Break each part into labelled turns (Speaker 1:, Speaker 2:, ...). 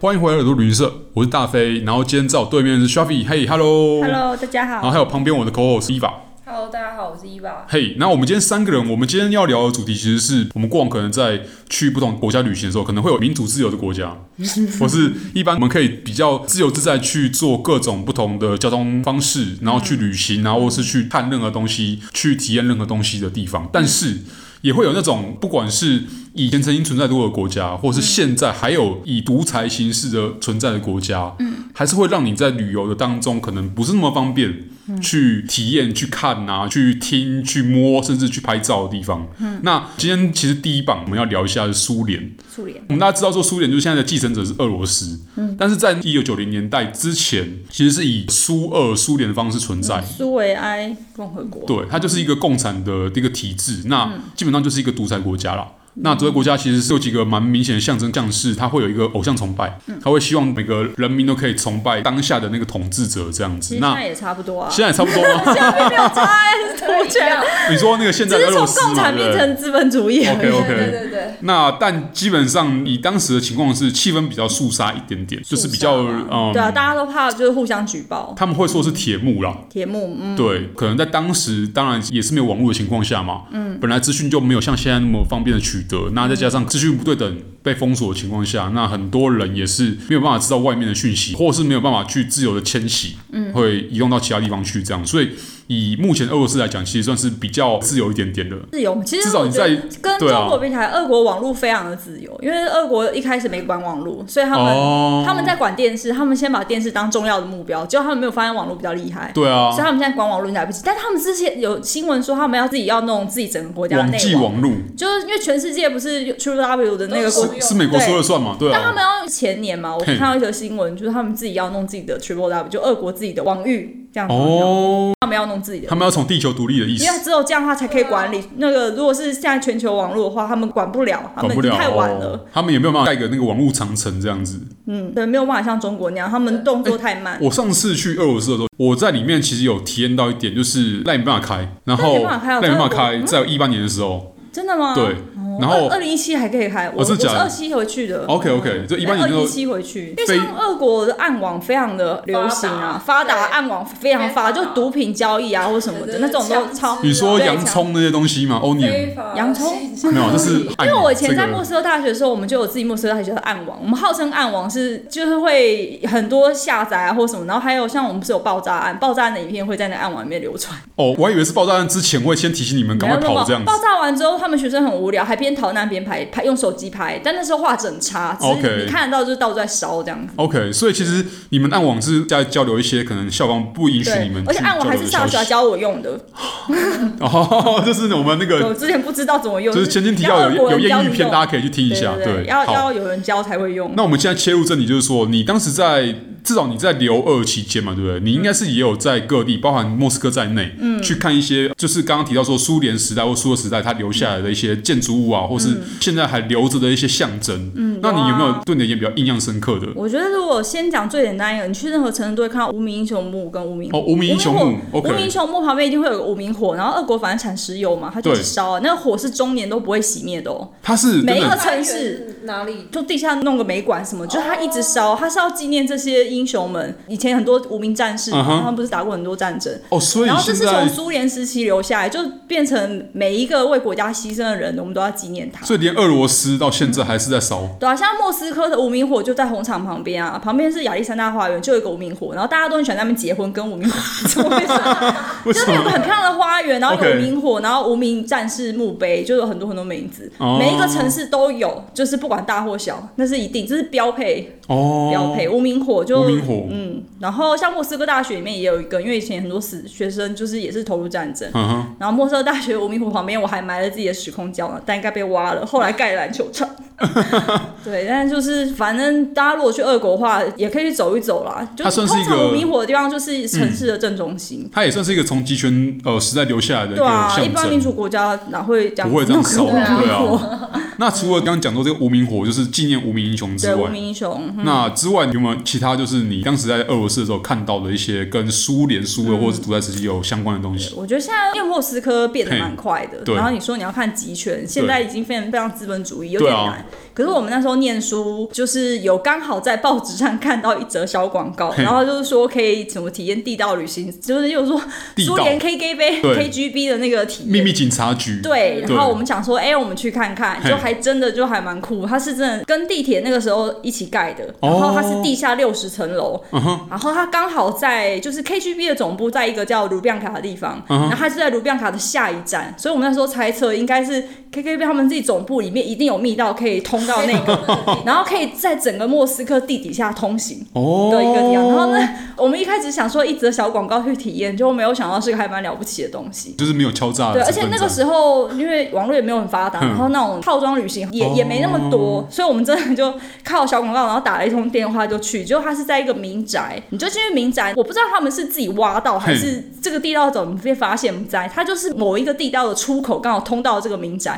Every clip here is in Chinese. Speaker 1: 欢迎回来耳朵旅行社，我是大飞。然后今天在我对面是 Shafi，嘿，hello。
Speaker 2: Hello，大家
Speaker 1: 然后
Speaker 2: 好。
Speaker 1: 还有旁边我的 co host Eva，
Speaker 3: Hello，大家好，我是伊娃。
Speaker 1: 嘿。那我们今天三个人，我们今天要聊的主题其实是我们过往可能在去不同国家旅行的时候，可能会有民主自由的国家，或是一般我们可以比较自由自在去做各种不同的交通方式，然后去旅行，然后或是去看任何东西，去体验任何东西的地方。但是也会有那种不管是以前曾经存在过的国家，或是现在还有以独裁形式的存在的国家，嗯，还是会让你在旅游的当中可能不是那么方便去体验、去看啊、去听、去摸，甚至去拍照的地方。嗯，那今天其实第一榜我们要聊一下是苏联。
Speaker 2: 素脸，
Speaker 1: 我们大家知道说苏联就是现在的继承者是俄罗斯，嗯，但是在一九九零年代之前，其实是以苏俄苏联的方式存在。
Speaker 2: 苏维埃共和国。
Speaker 1: 对，它就是一个共产的一个体
Speaker 2: 嗯
Speaker 1: 制，那基本上就是一个独裁国家啦。那独裁国家其实是有几个蛮明显的象征，像是它会有一个偶像崇拜，
Speaker 2: 嗯
Speaker 1: 它会希望每个人民都可以崇拜当下的那个统治者这样
Speaker 2: 其
Speaker 1: 子。
Speaker 2: 实现
Speaker 1: 那
Speaker 2: 在也差不多啊。
Speaker 1: 现在也差不多 吗？
Speaker 2: 没有差，
Speaker 3: 我
Speaker 2: 觉得
Speaker 1: 你说那个现在
Speaker 2: 只
Speaker 1: 的
Speaker 2: 是
Speaker 1: 俄
Speaker 2: 从
Speaker 1: 罗斯
Speaker 2: 共
Speaker 1: 嘛，
Speaker 2: 产
Speaker 1: 对
Speaker 2: 变
Speaker 1: 不对
Speaker 2: 成资本主义而已。
Speaker 1: ？OK 哦
Speaker 3: 对
Speaker 1: OK，
Speaker 3: 对对对，
Speaker 1: 那但基本上以当时的情况是气氛比较肃杀一点点，就是比较
Speaker 3: 肃杀
Speaker 1: 嗯，
Speaker 2: 对啊，大家都怕就是互相举报。
Speaker 1: 他们会说是铁幕啦，
Speaker 2: 铁幕，嗯，
Speaker 1: 对，可能在当时当然也是没有网络的情况下嘛，嗯，本来资讯就没有像现在那么方便的取得，
Speaker 2: 嗯
Speaker 1: 那再加上资讯不对等被封锁的情况下，那很多人也是没有办法知道外面的讯息，或是没有办法去自由的迁徙，嗯，会移动到其他地方去这样，所以以目前俄罗斯来讲，其实算是比较自由一点点的，
Speaker 2: 自由。其实
Speaker 1: 至少
Speaker 2: 我
Speaker 1: 你
Speaker 2: 觉得
Speaker 1: 在
Speaker 2: 跟
Speaker 1: 对啊
Speaker 2: 中国比起来，俄国网络非常的自由，因为俄国一开始没管网络，所以他们
Speaker 1: 哦
Speaker 2: 他们在管电视，他们先把电视当重要的目标，结果他们没有发现网络比较厉害。
Speaker 1: 对啊
Speaker 2: 所以，他们现在管网络来不及，但他们之前有新闻说他们要自己要弄自己整个国家的
Speaker 1: 网际
Speaker 2: 内网，
Speaker 1: 网路
Speaker 2: 就是因为全世界不是有 True W 的那个国
Speaker 3: 都
Speaker 1: 是美国说了算嘛，对
Speaker 2: 但他
Speaker 1: 啊，
Speaker 2: 们要前年嘛，我
Speaker 1: 嘿
Speaker 2: 看到一条新闻，就是他们自己要弄自己的 Triple W，就俄国自己的网域这样子，
Speaker 1: 哦，
Speaker 2: 他们要弄自己的
Speaker 1: 他，们要从地球独立的意思
Speaker 2: 因为。只有这样他才可以管理。那个如果是现在全球网络的话，他们管不了，他
Speaker 1: 管
Speaker 2: 们
Speaker 1: 不
Speaker 2: 已经
Speaker 1: 了，
Speaker 2: 太晚
Speaker 1: 哦
Speaker 2: 了，
Speaker 1: 他们也没有办法盖个那个网络长城这样子。
Speaker 2: 嗯，对，没有办法像中国那样，他们动作太慢，
Speaker 1: 我上次去俄罗斯的时候，我在里面其实有体验到一点，就是赖没办法开，然后
Speaker 2: 赖没办法开哦
Speaker 1: 赖没办法
Speaker 2: 真
Speaker 1: 开，
Speaker 2: 的
Speaker 1: 在一八年的时候，
Speaker 2: 真的吗？
Speaker 1: 对
Speaker 2: 哦。
Speaker 1: 然后哦
Speaker 2: 二零一七还可以开，我我
Speaker 1: 真
Speaker 2: 是
Speaker 1: 的假的
Speaker 2: 二七回去的。
Speaker 1: OK OK，就一八
Speaker 2: 二
Speaker 1: 年的
Speaker 2: 一
Speaker 1: 时候，
Speaker 2: 七回去，因为
Speaker 1: 非
Speaker 2: 像俄国的暗网非常的流行啊，发
Speaker 3: 发达
Speaker 2: 达
Speaker 3: 对
Speaker 2: 暗网非常发达，
Speaker 3: 非
Speaker 2: 就
Speaker 3: 常发达
Speaker 2: 毒品交易啊或什么的
Speaker 3: 对
Speaker 2: 那种都
Speaker 3: 枪支
Speaker 2: 超。
Speaker 3: 啊
Speaker 1: 你说
Speaker 2: 对
Speaker 1: 洋葱那些东西嘛，onion
Speaker 3: 非法
Speaker 2: 洋葱
Speaker 3: 性行为
Speaker 1: 没有，这 是哎
Speaker 2: 因为我以前在
Speaker 1: 这
Speaker 2: 莫
Speaker 1: 个
Speaker 2: 斯科大学的时候，我们就有自己莫斯科大学的暗网，我们号称暗网是就是会很多下载啊或什么，然后还有像我们不是有爆炸案，爆炸案的影片会在那暗网里面流传，
Speaker 1: 哦，我还以为是爆炸案之前会先提醒你们赶快
Speaker 2: 没有没
Speaker 1: 跑
Speaker 2: 有
Speaker 1: 这样子
Speaker 2: 爆。炸完之后，他们学生很无聊，还边逃难边拍拍用手机拍，但那时候画质很差，只
Speaker 1: OK
Speaker 2: 是你看得到就是到处在烧这样子。
Speaker 1: OK，所以其实你们暗网是在交流一些可能校方不允许你
Speaker 2: 对
Speaker 1: 们，
Speaker 2: 而
Speaker 1: 去
Speaker 2: 且
Speaker 1: 交
Speaker 2: 暗网
Speaker 1: 流
Speaker 2: 还
Speaker 1: 的
Speaker 2: 是上
Speaker 1: 消
Speaker 2: 学啊
Speaker 1: 息。
Speaker 2: 教我用的，
Speaker 1: 哦， 就是我们 那
Speaker 2: 我
Speaker 1: 个，
Speaker 2: 之前不知道怎么用，
Speaker 1: 就是前天提
Speaker 2: 要
Speaker 1: 到
Speaker 2: 俄
Speaker 1: 有
Speaker 2: 国
Speaker 1: 有
Speaker 2: 人
Speaker 1: 艳
Speaker 2: 教
Speaker 1: 遇
Speaker 2: 你
Speaker 1: 片，
Speaker 2: 用
Speaker 1: 大家可以去听一下。
Speaker 2: 对对
Speaker 1: 对，
Speaker 2: 对，要
Speaker 1: 好。
Speaker 2: 要有人教才会用。
Speaker 1: 那我们现在切入正题，就是说，你当时在至少你在留二期间嘛，对不对？你应该是也有在各地，包含莫斯科在内，嗯，去看一些，就是刚刚提到说苏联时代或苏俄时代它留下来的一些建筑物啊，或
Speaker 2: 嗯
Speaker 1: 是现在还留着的一些象征。嗯，那你有没有
Speaker 2: 啊
Speaker 1: 对你的眼比较印象深刻的？
Speaker 2: 我觉得如果先讲最简单一个，你去任何城市都会看到无名英雄墓跟无名火
Speaker 1: 哦无名英雄墓
Speaker 2: 无
Speaker 1: ，OK
Speaker 2: 名英雄墓旁边一定会有个无名火，然后俄国反正产石油嘛，它就
Speaker 1: 对
Speaker 2: 是烧啊，那个火是终年都不会熄灭的哦，
Speaker 1: 它是
Speaker 2: 每一
Speaker 1: 真
Speaker 2: 个
Speaker 1: 的
Speaker 2: 城市。
Speaker 3: 哪里？
Speaker 2: 就地下弄个煤管什么，就是它一直烧，它是要纪念这些英雄们。以前很多无名战士
Speaker 1: 嗯
Speaker 2: 嘛，
Speaker 1: 哼
Speaker 2: 他们不是打过很多战争，
Speaker 1: 哦，所以
Speaker 2: 然后这
Speaker 1: 现
Speaker 2: 是
Speaker 1: 在。
Speaker 2: 从苏联时期留下来，就变成每一个为国家牺牲的人，我们都要纪念他。
Speaker 1: 所以连俄罗斯到现在还是在烧，
Speaker 2: 对啊，像莫斯科的无名火就在红场旁边啊，旁边是亚历山大花园，就有一个无名火，然后大家都很喜欢在那边结婚跟无 名火，怎么回事
Speaker 1: 为
Speaker 2: 就
Speaker 1: 什
Speaker 2: 是有个
Speaker 1: 么？
Speaker 2: 很漂亮的花园，然后
Speaker 1: OK
Speaker 2: 有无名火，然后无名战士墓碑，就有很多很多名字
Speaker 1: 哦
Speaker 2: 每一个城市都有，就是不管大或小，那是一定，这是标配标
Speaker 1: 哦，
Speaker 2: 配。无名火就
Speaker 1: 无名火，
Speaker 2: 嗯，然后像莫斯科大学里面也有一个，因为以前很多死学生就是也是投入战争。
Speaker 1: 嗯哼，
Speaker 2: 然后莫斯科大学无名湖旁边，我还埋了自己的时空胶囊，但应该被挖了。后来盖篮球 场。对，但就是反正大家如果去俄国的话，也可以去走一走啦。就
Speaker 1: 它算是一个
Speaker 2: 通常无名火的地方就是城市的正中心。
Speaker 1: 它也算是一个从集权呃时代留下来的一
Speaker 2: 对
Speaker 1: 个
Speaker 2: 啊，
Speaker 1: 象
Speaker 2: 一般
Speaker 1: 征
Speaker 2: 民。主国家哪会这样
Speaker 1: 不会这样
Speaker 2: 弄个
Speaker 1: 烧
Speaker 2: 无名
Speaker 3: 啊
Speaker 1: 对
Speaker 2: 火？
Speaker 1: 那除了刚刚讲到这个无名火，就是纪念无名英雄之
Speaker 2: 对，无
Speaker 1: 外，
Speaker 2: 名英雄，嗯
Speaker 1: 那之外有没有其他就是你当时在俄罗斯的时候看到的一些跟苏联、苏
Speaker 2: 嗯
Speaker 1: 俄或者是独裁时期有相关的东西？
Speaker 2: 我觉得现在因为莫斯科变得
Speaker 1: 嘿
Speaker 2: 蛮快的，
Speaker 1: 对
Speaker 2: 然后你说你要看集权，现在已经非常非常资本主义，有
Speaker 1: 对
Speaker 2: 点
Speaker 1: 啊
Speaker 2: 难。可是我们那时候念书，就是有刚好在报纸上看到一则小广告，
Speaker 1: 嘿
Speaker 2: 然后就是说可以怎么体验地道旅行，就是又说
Speaker 1: 地
Speaker 2: 苏
Speaker 1: 道
Speaker 2: 联 KGB
Speaker 1: 对
Speaker 2: KGB 的那个体验
Speaker 1: 秘密警察局，
Speaker 2: 对，
Speaker 1: 对
Speaker 2: 然后我们想说，哎、我们去看看，
Speaker 1: 嘿
Speaker 2: 就还真的就还蛮酷。它是真的跟地铁那个时候一起盖的，然后
Speaker 1: 哦
Speaker 2: 它是地下六十层楼，
Speaker 1: 嗯
Speaker 2: 然后它刚好在就是 KGB 的总部在一个叫卢比扬卡的地方，
Speaker 1: 嗯
Speaker 2: 然后它就在卢比扬卡的下一站，所以我们那时候猜测应该是 KGB 他们自己总部里面一定有密道可以通到那个，然后可以在整个莫斯科地底下通行。
Speaker 1: 哦
Speaker 2: 的一个地方，然后呢，我们一开始想说一则小广告去体验，就没有想到是个还蛮了不起的东西。
Speaker 1: 就是没有敲诈的
Speaker 2: 对，而
Speaker 1: 成
Speaker 2: 且
Speaker 1: 分在，
Speaker 2: 那个时候因为网络也没有很发达，
Speaker 1: 嗯
Speaker 2: 然后那种套装旅行也、
Speaker 1: 哦
Speaker 2: 也没那么多，所以我们真的就靠小广告，然后打了一通电话就去。结果他是在一个民宅，你就进去民宅，我不知道他们是自己挖到还是这个地道怎么被发现在，它就是某一个地道的出口刚好通到这个民宅，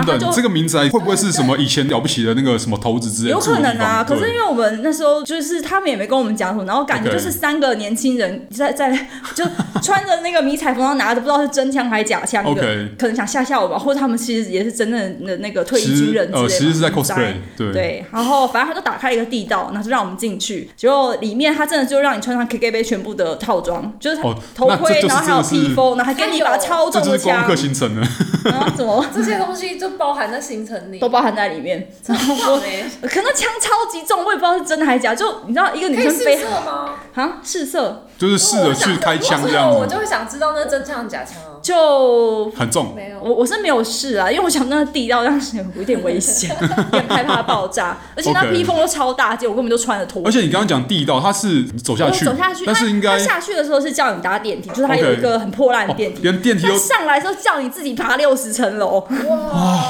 Speaker 1: 等
Speaker 2: 后他就
Speaker 1: 等，这个民宅会不会是什么以前了不起的那个什么头子之类的
Speaker 2: 有
Speaker 1: 住的
Speaker 2: 可
Speaker 1: 地方？
Speaker 2: 能啊，可
Speaker 1: 对
Speaker 2: 是因为我们那时候就是他们也没跟我们讲什么，然后感觉
Speaker 1: OK
Speaker 2: 就是三个年轻人在在就穿着那个迷彩服，然后拿着不知道是真枪还是假枪的
Speaker 1: OK
Speaker 2: 可能想吓吓我吧，或者他们其实也是真正的那个退
Speaker 1: 其
Speaker 2: 役军
Speaker 1: 实
Speaker 2: 人之类的吧。
Speaker 1: 呃，其实是在
Speaker 2: 不知道
Speaker 1: cosplay，对
Speaker 2: 对，然后反正他就打开一个地道，然后就让我们进去。结果里面他真的就让你穿上 KGB 全部的套装，就是他
Speaker 1: 哦
Speaker 2: 头
Speaker 1: 那这
Speaker 2: 盔，
Speaker 1: 就是
Speaker 2: 然后还
Speaker 1: 真
Speaker 2: 有
Speaker 1: 的是
Speaker 2: 披风，然后还给你一把超
Speaker 1: 这
Speaker 2: 重
Speaker 1: 就
Speaker 2: 的
Speaker 1: 是功
Speaker 2: 枪
Speaker 1: 课，形成 的。
Speaker 2: 然后 怎么
Speaker 3: 这些东西就包含在行程里
Speaker 2: 都。包含在里面。然后
Speaker 3: 哇
Speaker 2: 说，
Speaker 3: 嘞
Speaker 2: 可那枪超级重，我也不知道是真的还是假。就你知道，一个
Speaker 3: 可
Speaker 2: 女
Speaker 3: 以
Speaker 2: 生
Speaker 3: 试
Speaker 2: 飞
Speaker 3: 色吗？
Speaker 2: 啊试色
Speaker 1: 就是试着去开枪这样
Speaker 3: 如果是我我
Speaker 1: 子，
Speaker 3: 就会想知道那真枪假枪啊。
Speaker 2: 就。
Speaker 1: 很重。
Speaker 3: 没有，
Speaker 2: 我我是没有试啊，因为我想那地道当时有点危险， 也害怕爆炸，而且那
Speaker 1: OK
Speaker 2: 披风又超大件，我根本就穿得脱。
Speaker 1: 而且你刚刚讲地道，它是走下
Speaker 2: 我
Speaker 1: 去，
Speaker 2: 哦走下去，
Speaker 1: 但是应该
Speaker 2: 他他下去的时候是叫你搭电梯，就是他有
Speaker 1: OK
Speaker 2: 一个很破烂的
Speaker 1: 哦
Speaker 2: 电梯。
Speaker 1: 连电梯
Speaker 2: 他
Speaker 1: 都
Speaker 2: 上来的时候叫你自己爬六十层楼，
Speaker 3: 哇，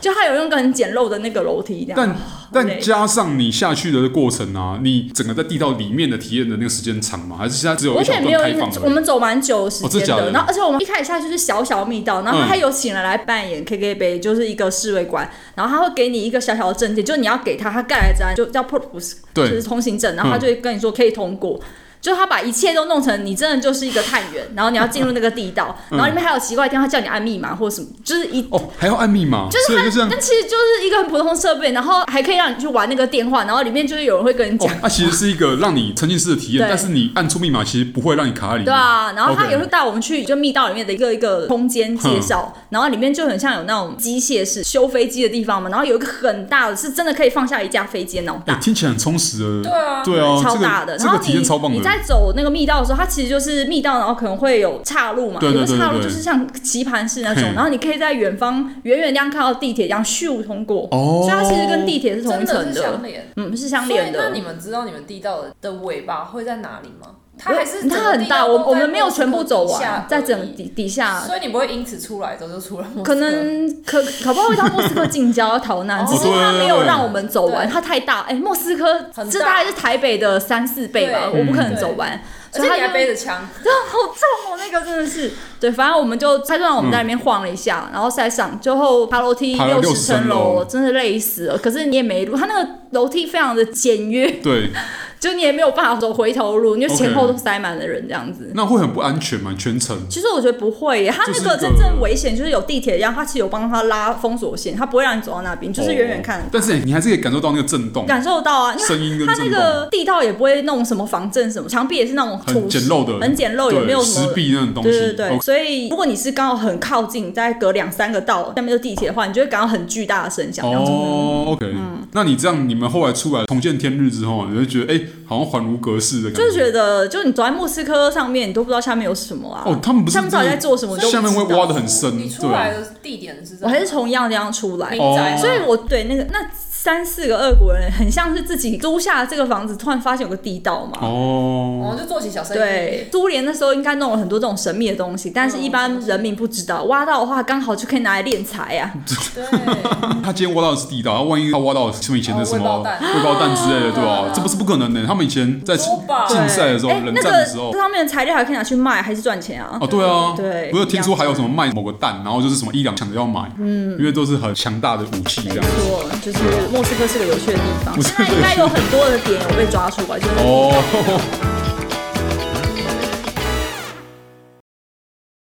Speaker 2: 就他有用个很简陋的那个楼梯这样。
Speaker 1: 但但
Speaker 2: 累
Speaker 1: 加上你下去的过程啊，你整个在地道里面的体验的那个时间长吗？还是现在只有
Speaker 2: 而
Speaker 1: 一小
Speaker 2: 且
Speaker 1: 段
Speaker 2: 没有
Speaker 1: 开
Speaker 2: 一
Speaker 1: 放
Speaker 2: 我
Speaker 1: 的？
Speaker 2: 们走蛮久的时
Speaker 1: 哦真的
Speaker 2: 间
Speaker 1: 假
Speaker 2: 的，
Speaker 1: 的
Speaker 2: 然后而且我们一开始下去是小小密道，然后
Speaker 1: 嗯
Speaker 2: 他有请人来扮演 KK 杯，就是一个侍卫官，然后他会给你一个小小的证件，就是你要给他，他盖来之后就叫 Propus，就
Speaker 1: 对
Speaker 2: 是通行证，然后他
Speaker 1: 嗯
Speaker 2: 就会跟你说可以通过。就是他把一切都弄成你真的就是一个探员，然后你要进入那个 地道，
Speaker 1: 嗯
Speaker 2: 然后里面还有奇怪的地方，他叫你按密码或者什么，就是一
Speaker 1: 哦，还要按密码，
Speaker 2: 就是
Speaker 1: 所以就这样
Speaker 2: 但其实就是一个很普通的设备，然后还可以让你去玩那个电话，然后里面就是有人会跟你
Speaker 1: 哦
Speaker 2: 讲，，
Speaker 1: 它其实是一个让你沉浸式的体验
Speaker 2: 对，
Speaker 1: 但是你按出密码其实不会让你卡在里面。
Speaker 2: 对啊，然后他
Speaker 1: 嗯 OK
Speaker 2: 也会带我们去就密道里面的一个一个空间介绍，
Speaker 1: 嗯
Speaker 2: 然后里面就很像有那种机械式修飞机的地方嘛，然后有一个很大的，是真的可以放下一架飞机的那种
Speaker 1: 哎，
Speaker 2: 大。
Speaker 1: 听起来很充实的。
Speaker 3: 对啊
Speaker 1: 对啊，
Speaker 2: 超大的，
Speaker 1: 这
Speaker 2: 然
Speaker 1: 个这
Speaker 2: 后
Speaker 1: 个体
Speaker 2: 你
Speaker 1: 验超棒
Speaker 2: 你
Speaker 1: 的。
Speaker 2: 在走那个密道的时候，它其实就是密道，然后可能会有岔路嘛，
Speaker 1: 对对对
Speaker 2: 有个岔路
Speaker 1: 对对
Speaker 2: 就是像棋盘式那种
Speaker 1: 嘿，
Speaker 2: 然后你可以在远方远远这样看到地铁一样咻通过，
Speaker 1: 哦
Speaker 2: 所以它其实跟地铁是同一
Speaker 3: 真
Speaker 2: 层
Speaker 3: 的是相连。
Speaker 2: 嗯，是相连的。
Speaker 3: 所以那你们知道你们地道的的尾巴会在哪里吗？它还是
Speaker 2: 它很大，我我们没有全部走
Speaker 3: 整个地道
Speaker 2: 完，
Speaker 3: 都
Speaker 2: 在
Speaker 3: 在
Speaker 2: 整
Speaker 3: 莫斯科
Speaker 2: 底底下
Speaker 3: 底下，所以你不会因此出来走就出来莫斯科。
Speaker 2: 可能可可不好会到莫斯科近郊要逃难，
Speaker 3: 哦
Speaker 2: 只是它没有让我们走完，
Speaker 3: 对
Speaker 2: 它太大。哎，莫斯科
Speaker 3: 很大
Speaker 2: 这大概是台北的三四倍吧，
Speaker 3: 对
Speaker 2: 我不可能
Speaker 3: 嗯
Speaker 2: 走完。
Speaker 3: 而
Speaker 2: 所以
Speaker 3: 且
Speaker 2: 它
Speaker 3: 你还
Speaker 2: 就 啊
Speaker 3: 背着枪，
Speaker 2: 好重哦，那个真的是。对，反正我们就他就让我们在那边晃了一下，然后再上，最后爬楼梯
Speaker 1: 爬了
Speaker 2: 六
Speaker 1: 60
Speaker 2: 十层
Speaker 1: 层
Speaker 2: 楼，
Speaker 1: 楼
Speaker 2: 真的累死了。可是你也没路，它那个楼梯非常的简约，
Speaker 1: 对，
Speaker 2: 就你也没有办法走回头路，因为前
Speaker 1: OK
Speaker 2: 后都塞满了人这样子。
Speaker 1: 那会很不安全吗？全程
Speaker 2: 其实我觉得不会耶，它
Speaker 1: 就是
Speaker 2: 那
Speaker 1: 一
Speaker 2: 个
Speaker 1: 个
Speaker 2: 真正危险就是有地铁一样，它其实有帮他拉封锁线，它不会让你走到那边，就是远远看，
Speaker 1: 哦但是你还是可以感受到那个震动、
Speaker 2: 感受到啊，因为
Speaker 1: 声音跟
Speaker 2: 它那
Speaker 1: 震动，
Speaker 2: 个地道也不会弄什么防震什么，墙壁也是那种土
Speaker 1: 很简陋的
Speaker 2: 很简陋，也没有
Speaker 1: 对，
Speaker 2: 什
Speaker 1: 石
Speaker 2: 么。
Speaker 1: 壁那种东西。
Speaker 2: 对对对，
Speaker 1: OK
Speaker 2: 所以如果你是刚好很靠近，大概隔两三个道下面就地铁的话，你就会感到很巨大的声响。然后就
Speaker 1: 哦，OK，、那
Speaker 2: 嗯
Speaker 1: 你这样，你们后来出来重见天日之后，你就觉得哎、好像恍如隔世的感觉。
Speaker 2: 就是觉得，就你走在莫斯科上面，你都不知道下面有什么啊。
Speaker 1: 哦，他们不是
Speaker 2: 他们到底在做什么都不知
Speaker 1: 下
Speaker 2: 道
Speaker 1: 面会挖的很深，
Speaker 3: 你出
Speaker 1: 对
Speaker 3: 来
Speaker 1: 啊，
Speaker 3: 的地点是在
Speaker 2: 我还是从一样的地方出来，
Speaker 3: 民宅
Speaker 1: 哦
Speaker 3: 吗，
Speaker 2: 所以我对那个那三四个俄国人，很像是自己租下这个房子，突然发现有个地道嘛。
Speaker 1: 哦，
Speaker 3: 哦，就做起小生意。
Speaker 2: 对，苏联那时候应该弄了很多这种神秘的东西，但是一般人民不知道，挖到的话刚好就可以拿来敛财啊呀。
Speaker 3: 对，
Speaker 2: 嗯
Speaker 1: 他今天挖到的是地道，然后万一他挖到什么以前的
Speaker 3: 哦
Speaker 1: 什么
Speaker 3: 未爆弹
Speaker 1: 未爆弹之类的，对吧
Speaker 2: 嗯
Speaker 3: 啊？
Speaker 1: 这不是不可能的。他们以前在
Speaker 3: 珠宝
Speaker 1: 竞赛的时候，
Speaker 2: 哎
Speaker 1: 冷
Speaker 2: 那
Speaker 1: 战
Speaker 2: 个
Speaker 1: 的时候
Speaker 2: 这，上面的材料还可以拿去卖，还是赚钱啊。
Speaker 1: 哦，对啊，
Speaker 2: 对
Speaker 1: 我有听说还有什么卖某个蛋，然后就是什么伊朗抢着要买，嗯，因为都是很强大的武器这
Speaker 2: 没
Speaker 1: 样。
Speaker 2: 错，就是啊莫斯科是个有趣的地方，
Speaker 1: 莫斯
Speaker 2: 现
Speaker 1: 科是
Speaker 2: 在
Speaker 1: 个
Speaker 2: 应该有很多的点有被抓出来，就是
Speaker 1: 哦，